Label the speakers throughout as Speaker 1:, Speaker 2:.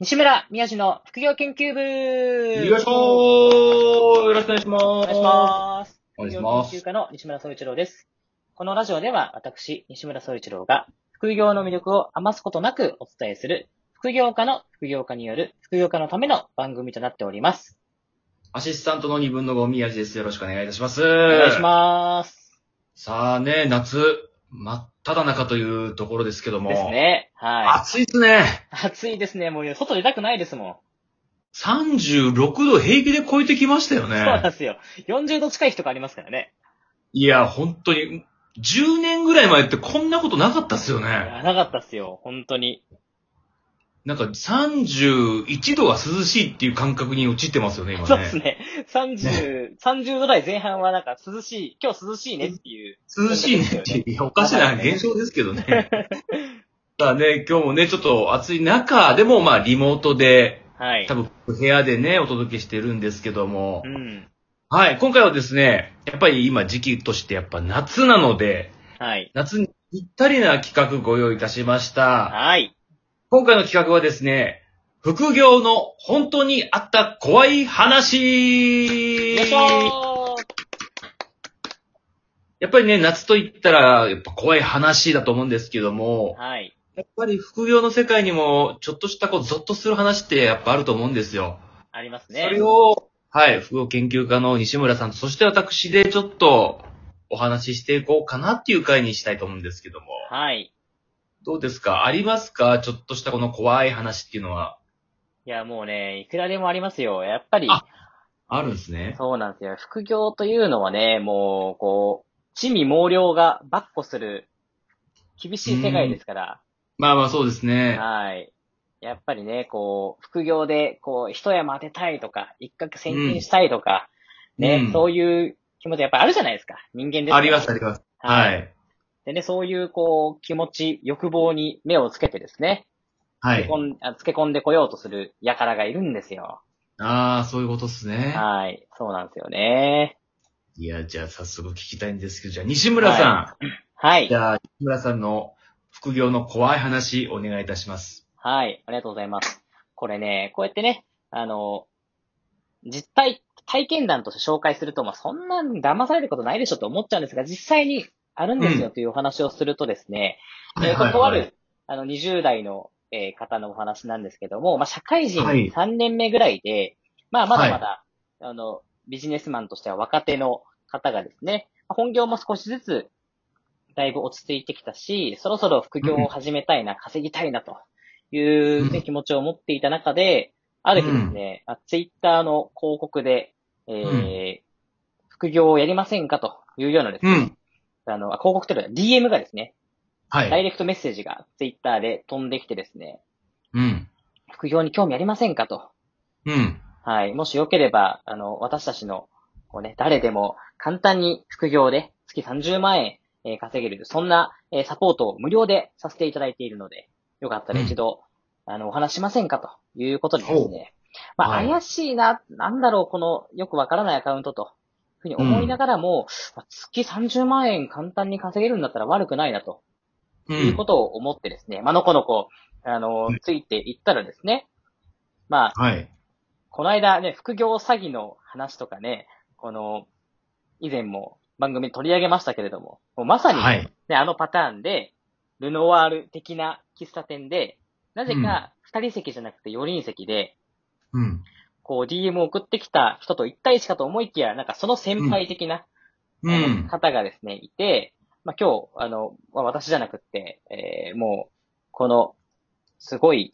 Speaker 1: 西村宮治の副業研究部
Speaker 2: よいしょーよろしくお願いします。お
Speaker 1: お願いします。
Speaker 2: お願いします
Speaker 1: 副業研究家の西村総一郎です。このラジオでは私、西村総一郎が副業の魅力を余すことなくお伝えする副業家の副業家による副業家のための番組となっております。
Speaker 2: アシスタントの二分の5、宮地です。よろしくお願いいたします。お
Speaker 1: お
Speaker 2: 願
Speaker 1: 願いします。
Speaker 2: す。さあね、夏、真っ只中というところですけども。
Speaker 1: ですね。は
Speaker 2: 暑いですね。
Speaker 1: い。暑いですね。もう外出たくないですもん。
Speaker 2: 36度平気で超えてきましたよ
Speaker 1: そうなん
Speaker 2: ね。
Speaker 1: ですよ。40度近い日とかありますからね。
Speaker 2: いや、本当に、10年ぐらい前ってこんなことなかったっすよ
Speaker 1: い
Speaker 2: ね。
Speaker 1: やなかったっすよ。本当に。
Speaker 2: なんか31度は涼しいっていう感覚に陥ってますよね、今ね。
Speaker 1: そうですね。30、30度台前半はなんか涼しい、今日涼しいねっていう。
Speaker 2: 涼しいねっていう、おかしな現象ですけどね。 さあね、今日もね、ちょっと暑い中でも、まあ、リモートで、
Speaker 1: はい
Speaker 2: 多。分、部屋でね、お届けしてるんですけども
Speaker 1: う。ん。
Speaker 2: はい、今回はですね、やっぱり今時期としてやっぱ夏なので、
Speaker 1: はい。
Speaker 2: 夏にぴったりな企画ご用意いたしました。
Speaker 1: はい。
Speaker 2: 今回の企画はですね、副業の本当にあった怖い話
Speaker 1: よいしょ
Speaker 2: やっぱりね、夏と言ったら、やっぱ怖い話だと思うんですけども
Speaker 1: ー、はい。
Speaker 2: やっぱり副業の世界にも、ちょっとしたこう、ゾッとする話ってやっぱあると思うんですよ。
Speaker 1: ありますね。
Speaker 2: それを、はい、副業研究家の西村さんと、そして私でちょっと、お話ししていこうかなっていう回にしたいと思うんですけども。
Speaker 1: はい。
Speaker 2: どうですかありますかちょっとしたこの怖い話っていうのは。
Speaker 1: いや、もうね、いくらでもありますよ。やっぱり、
Speaker 2: ああるんですね。
Speaker 1: そうなんですよ。副業というのはね、もう、こう、地味猛量がばっこする、厳しい世界ですから。
Speaker 2: まあまあそうです ね。
Speaker 1: はい。やっぱりね、こう、副業で、こう、一山当てたいとか、一攫千金したいとか、
Speaker 2: うん
Speaker 1: ね、
Speaker 2: うん
Speaker 1: そういう気持ちやっぱあるじゃないですか。人間ですから
Speaker 2: あります、あります。は。い。
Speaker 1: でね、そういう、こう、気持ち、欲望に目をつけてですね、
Speaker 2: は
Speaker 1: つけ
Speaker 2: い
Speaker 1: こ。んあつけ込んでこようとする輩がいるんですよ。
Speaker 2: ああ、そういうことですね。
Speaker 1: はい。そうなんですよね。
Speaker 2: いや、じゃあ早速聞きたいんですけど、じゃあ西村さん。
Speaker 1: はい
Speaker 2: じ。ゃあ、木村さんの副業の怖い話、お願いいたします。
Speaker 1: はい。ありがとうございます。これね、こうやってね、あの、実体、体験談として紹介すると、まあ、そんなに騙されることないでしょと思っちゃうんですが、実際にあるんです
Speaker 2: う
Speaker 1: よというお話をするとですね、
Speaker 2: はい
Speaker 1: えー
Speaker 2: はいはい
Speaker 1: とある、あの、20代の、えー方のお話なんですけども、まあ、社会人
Speaker 2: はい
Speaker 1: 3年目ぐらいで、まあ、まだまだ、あの、ビジネスマンとしては若手の方がですね、まあ本業も少しずつ、だいぶ落ち着いてきたし、そろそろ副業を始めたいな、稼ぎたいな、というね、
Speaker 2: うん
Speaker 1: 気持ちを持っていた中で、ある日ですね、ツイッターの広告で、えー副業をやりませんかというようなです
Speaker 2: う
Speaker 1: ね、
Speaker 2: ん。
Speaker 1: あの、あ広告というか DM がですね、
Speaker 2: は
Speaker 1: ダイ
Speaker 2: い。
Speaker 1: レクトメッセージがツイッターで飛んできてですね、
Speaker 2: うん。
Speaker 1: 副業に興味ありませんかと。
Speaker 2: うん。
Speaker 1: はい。もしよければ、あの、私たちの、こうね、誰でも簡単に副業で月30万円、えー稼げる、そんな、えーサポートを無料でさせていただいているので、よかったら一度、あの、お話しませんかということでですね。まあ、
Speaker 2: はい
Speaker 1: 怪しいな、なんだろう、このよくわからないアカウントと。ふうに思いながらも、まあ月30万円簡単に稼げるんだったら悪くないなと。
Speaker 2: う
Speaker 1: というんこ。とを思ってですね、まあのこのこ、あの、ついていったらですね、まあ、
Speaker 2: はい。
Speaker 1: この間ね、副業詐欺の話とかね、この、以前も番組で取り上げましたけれども、もうまさに、ね
Speaker 2: はい。
Speaker 1: あのパターンで、ルノワール的な喫茶店で、なぜか二人席じゃなくて四人席で、
Speaker 2: うん。
Speaker 1: こう DM を送ってきた人と一対一かと思いきや、なんかその先輩的な、
Speaker 2: う
Speaker 1: あの
Speaker 2: ん。
Speaker 1: 方がですね、いて、まあ、今日、あの、まあ私じゃなくって、えーもう、この、すごい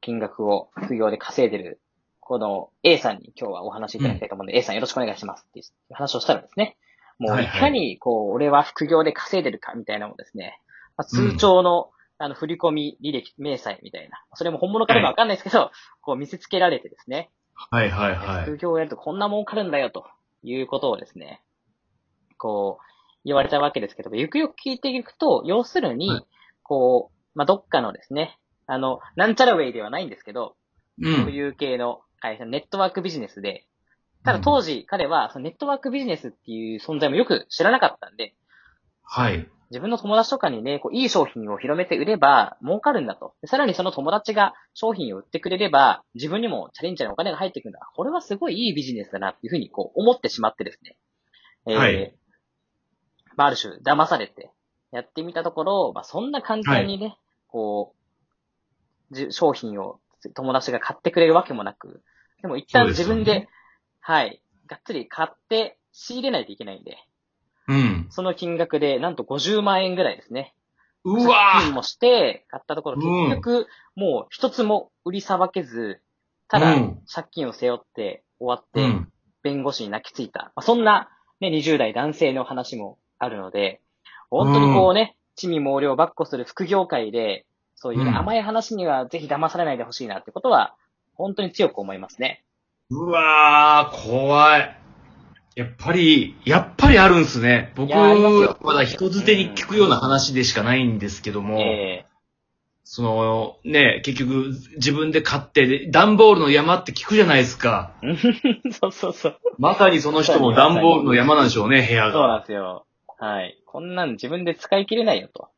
Speaker 1: 金額を副業で稼いでる、この A さんに今日はお話しいただきたいと思うので、A さんよろしくお願いしますっていう話をしたらですね、もう
Speaker 2: はい
Speaker 1: い
Speaker 2: はい
Speaker 1: かに、こう、俺は副業で稼いでるかみたいなのもですね、まあ通帳の、あの、振り込み履歴、明細みたいな、それも本物かどうかわかんないですけど、こう見せつけられてですね、
Speaker 2: はいはいは
Speaker 1: 副
Speaker 2: い。
Speaker 1: 業をやるとこんな儲かるんだよ、ということをですね、こう、言われたわけですけども、ゆくゆく聞いていくと、要するに、
Speaker 2: はい
Speaker 1: こう、まあ、どっかのですね、あの、なんちゃらウェイではないんですけど、
Speaker 2: う。
Speaker 1: そうんいう系の会社、ネットワークビジネスで、ただ当時、彼は、そのネットワークビジネスっていう存在もよく知らなかったんで、
Speaker 2: はい。
Speaker 1: 自分の友達とかにね、こう、いい商品を広めて売れば、儲かるんだと。でさらにその友達が商品を売ってくれれば、自分にもチャレンジャーにお金が入ってくるんだ。これはすごいいいビジネスだな、っていうふうに、こう、思ってしまってですね。えー
Speaker 2: はい
Speaker 1: まあ、ある種、騙されて、やってみたところ、まあ、そんな簡単にね、こう、じ商品を友達が買ってくれるわけもなく、でも一旦
Speaker 2: そうで
Speaker 1: 自
Speaker 2: すよ
Speaker 1: 分
Speaker 2: ね
Speaker 1: で、はい、がっつり買って仕入れないといけないんで、
Speaker 2: うん。
Speaker 1: その金額でなんと50万円ぐらいですね。
Speaker 2: うわ
Speaker 1: 借金
Speaker 2: ー
Speaker 1: もして、買ったところ
Speaker 2: うん
Speaker 1: 結局、もう一つも売りさばけず、ただ
Speaker 2: うん
Speaker 1: 借金を背負って終わっ
Speaker 2: う
Speaker 1: て、
Speaker 2: ん。
Speaker 1: 弁護士に泣きついた。まあ、そんな、ね、20代男性の話もあるので、本当にこうね、地味猛量ばっこする副業界で、そういうね
Speaker 2: うん
Speaker 1: 甘い話にはぜひ騙されないでほしいなってことは、本当に強く思いますね。
Speaker 2: うわー、怖い。やっぱり、やっぱりあるんすね。僕、
Speaker 1: いやありますよ
Speaker 2: まだ人づてに聞くような話でしかないんですけども、
Speaker 1: ええ
Speaker 2: その、ね、結局、自分で買って、で段ボールの山って聞くじゃないですか。
Speaker 1: そうそうそう。
Speaker 2: まさにその人も
Speaker 1: まさに
Speaker 2: 段ボールの山なんでしょうね、部屋
Speaker 1: そう
Speaker 2: が。
Speaker 1: なんですよ。はい。こんなん自分で使い切れないよと。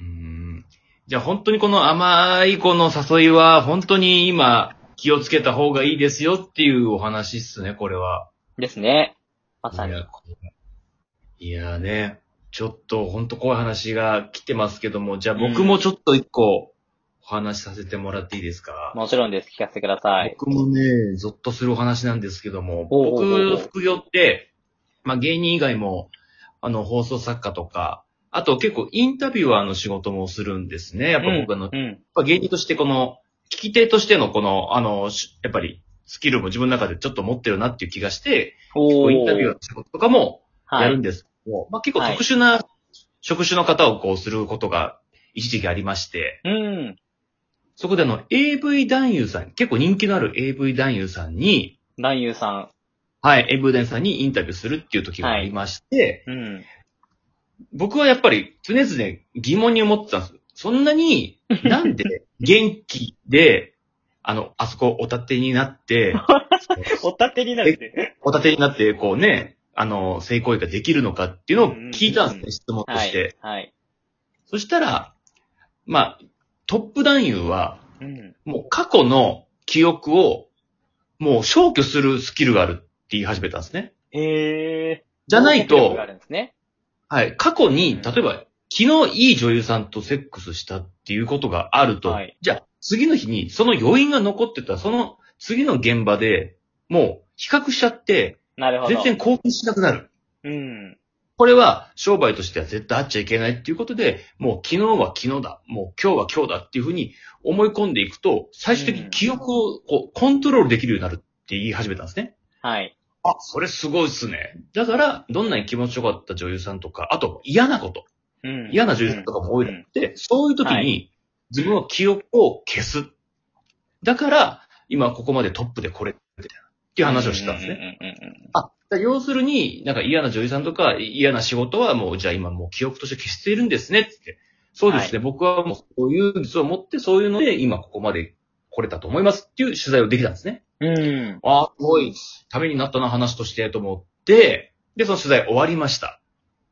Speaker 2: うんじゃあ本当にこの甘い子の誘いは、本当に今、気をつけた方がいいですよっていうお話っすね、これは。
Speaker 1: ですね。まさに。
Speaker 2: い
Speaker 1: は
Speaker 2: やいやーね、ちょっとほんと怖い話が来てますけども、じゃあ僕もちょっと一個お話しさせてもらっていいですか、
Speaker 1: もちろんです。聞かせてください。
Speaker 2: 僕もね、ゾッとするお話なんですけども、
Speaker 1: おうおうおうおう
Speaker 2: 僕、副業って、まあ芸人以外も、あの、放送作家とか、あと結構インタビュアーの仕事もするんですね。やっぱ僕あの、やっ
Speaker 1: うん。
Speaker 2: ぱ芸人としてこの、聞き手としてのこの、あの、しやっぱり、スキルも自分の中でちょっと持ってるなっていう気がして、こ
Speaker 1: お
Speaker 2: うインタビュアーの仕事とかも
Speaker 1: は
Speaker 2: やる
Speaker 1: い。
Speaker 2: んですけど、まあ、結構特殊な職種の方をこうすることが一時期ありまして、
Speaker 1: うん。
Speaker 2: そこであの AV 男優さん、結構人気のある AV 男優さんに、
Speaker 1: 男優さ
Speaker 2: はい、AV 男優さんにインタビューするっていう時がありまして、
Speaker 1: ん。うん。
Speaker 2: 僕はやっぱり常々疑問に思ってたんです。そんな に、なんで元気で、あの、あそこおたてにな って、
Speaker 1: おたてになるって。
Speaker 2: おたてになって、こうね、あの、性行為ができるのかっていうのを聞いたんですね、質問と
Speaker 1: は
Speaker 2: して
Speaker 1: い。。はい。
Speaker 2: そしたら、まあ、トップ男優は、
Speaker 1: うん。
Speaker 2: もう過去の記憶を、もう消去するスキルがあるって言い始めたんですね。
Speaker 1: ええ
Speaker 2: じゃない
Speaker 1: 能力
Speaker 2: と
Speaker 1: があ、るんですね。
Speaker 2: はい、過去
Speaker 1: うん
Speaker 2: に、例えば、昨日いい女優さんとセックスしたっていうことがあると、
Speaker 1: はい
Speaker 2: じゃあ、次の日にその余韻が残ってたら、その次の現場でもう比較しちゃって、
Speaker 1: なるほど。
Speaker 2: 全然興奮しなくなる。
Speaker 1: うん。
Speaker 2: これは商売としては絶対あっちゃいけないっていうことで、もう昨日は昨日だ、もう今日は今日だっていうふうに思い込んでいくと、最終的に記憶をこうコントロールできるようになるって言い始めたんですね。
Speaker 1: はい。
Speaker 2: あ、それすごいっすね。だから、どんなに気持ちよかった女優さんとか、あと嫌なこと、
Speaker 1: うん。
Speaker 2: 嫌な女優さんとかも多いので、そういう時
Speaker 1: は
Speaker 2: に自分の記憶を消す。だから、今ここまでトップでこれって、っていう話をしてたんですね。
Speaker 1: ね。うんうんうんうん。
Speaker 2: あ、だから要するに、なんか嫌な女優さんとか嫌な仕事はもう、じゃあ今もう記憶として消しているんですね、つって。そうですね、僕はもうそういう技術を持って、そういうので今ここまで来れたと思いますっていう取材をできたんですね。
Speaker 1: うん。
Speaker 2: ああ、すごい、ためになったな話としてと思って、で、その取材終わりました。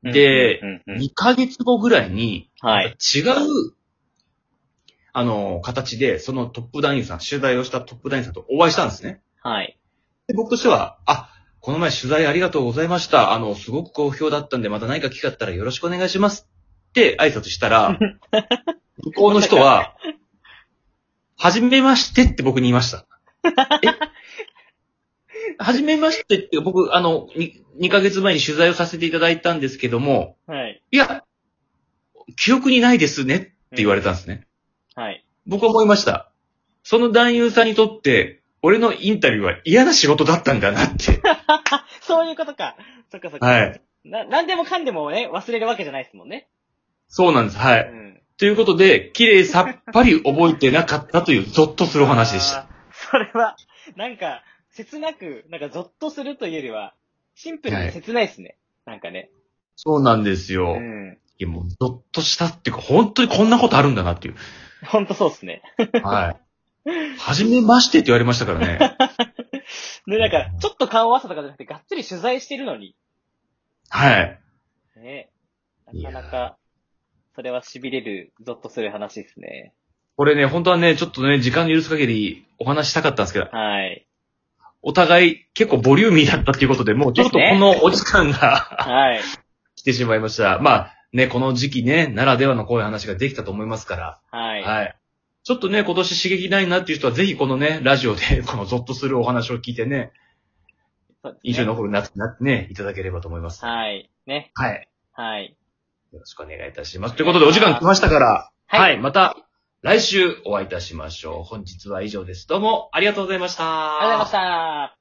Speaker 2: で
Speaker 1: うんうんうん、
Speaker 2: 2ヶ月後ぐらいに、
Speaker 1: はい。
Speaker 2: 違う、あの、形で、そのトップ男優さん、取材をしたトップ男優さんとお会いしたんですね。
Speaker 1: はい。
Speaker 2: で僕としては、あ、この前取材ありがとうございました。あの、すごく好評だったんで、また何か機会あったらよろしくお願いしますって挨拶し たら、向こうの人は、はじめましてって僕に言いました。えはじめましてって僕、あの、2, ヶ月前に取材をさせていただいたんですけども、
Speaker 1: はい。
Speaker 2: いや、記憶にないですねって言われたんですね。
Speaker 1: はい。
Speaker 2: 僕は思いました。その男優さんにとって、俺のインタビューは嫌な仕事だったんだなって。
Speaker 1: そういうことか。そっかそっか。
Speaker 2: はい。
Speaker 1: な、なんでもかんでもね、忘れるわけじゃないですもんね。
Speaker 2: そうなんです。は
Speaker 1: う
Speaker 2: い。
Speaker 1: ん。
Speaker 2: ということで、綺麗さっぱり覚えてなかったという、ゾッとするお話でし
Speaker 1: あ
Speaker 2: た。
Speaker 1: ー。それは、なんか、切なく、なんかゾッとするというよりは、シンプルに切ないですね。なんかね。
Speaker 2: そうなんです
Speaker 1: う
Speaker 2: よ。い
Speaker 1: ん。
Speaker 2: や、もう、ゾッとしたっていうか、本当にこんなことあるんだなっていう。
Speaker 1: ほんとそうっすね。
Speaker 2: はい。はじめましてって言われましたからね。
Speaker 1: で、なんか、ちょっと顔合わせとかじゃなくて、がっつり取材してるのに。
Speaker 2: はい。
Speaker 1: ね。
Speaker 2: いや
Speaker 1: なかなか、それは痺れる、ゾッとする話ですね。
Speaker 2: これね、本当はね、ちょっとね、時間の許す限りお話ししたかったんですけど、
Speaker 1: はい。
Speaker 2: お互い結構ボリューミーだったっていうことで、もうちょっと
Speaker 1: ですね
Speaker 2: このお時間が
Speaker 1: はい。
Speaker 2: 来てしまいました。まあ、ね、この時期ね、ならではのこういう話ができたと思いますから、
Speaker 1: はい。
Speaker 2: はい。ちょっとね、今年刺激ないなっていう人は、ぜひこのね、ラジオで、 このゾッとするお話を聞いてね、
Speaker 1: そうですね
Speaker 2: 印象に残る夏になってね、いただければと思います。
Speaker 1: はい。ね。
Speaker 2: はい。
Speaker 1: はい。
Speaker 2: よろしくお願いいたします。ということで、お時間来ましたから、
Speaker 1: は
Speaker 2: はいい、また、来週お会いいたしましょう。本日は以上です。どうも、ありがとうございました。
Speaker 1: ありがとうございました。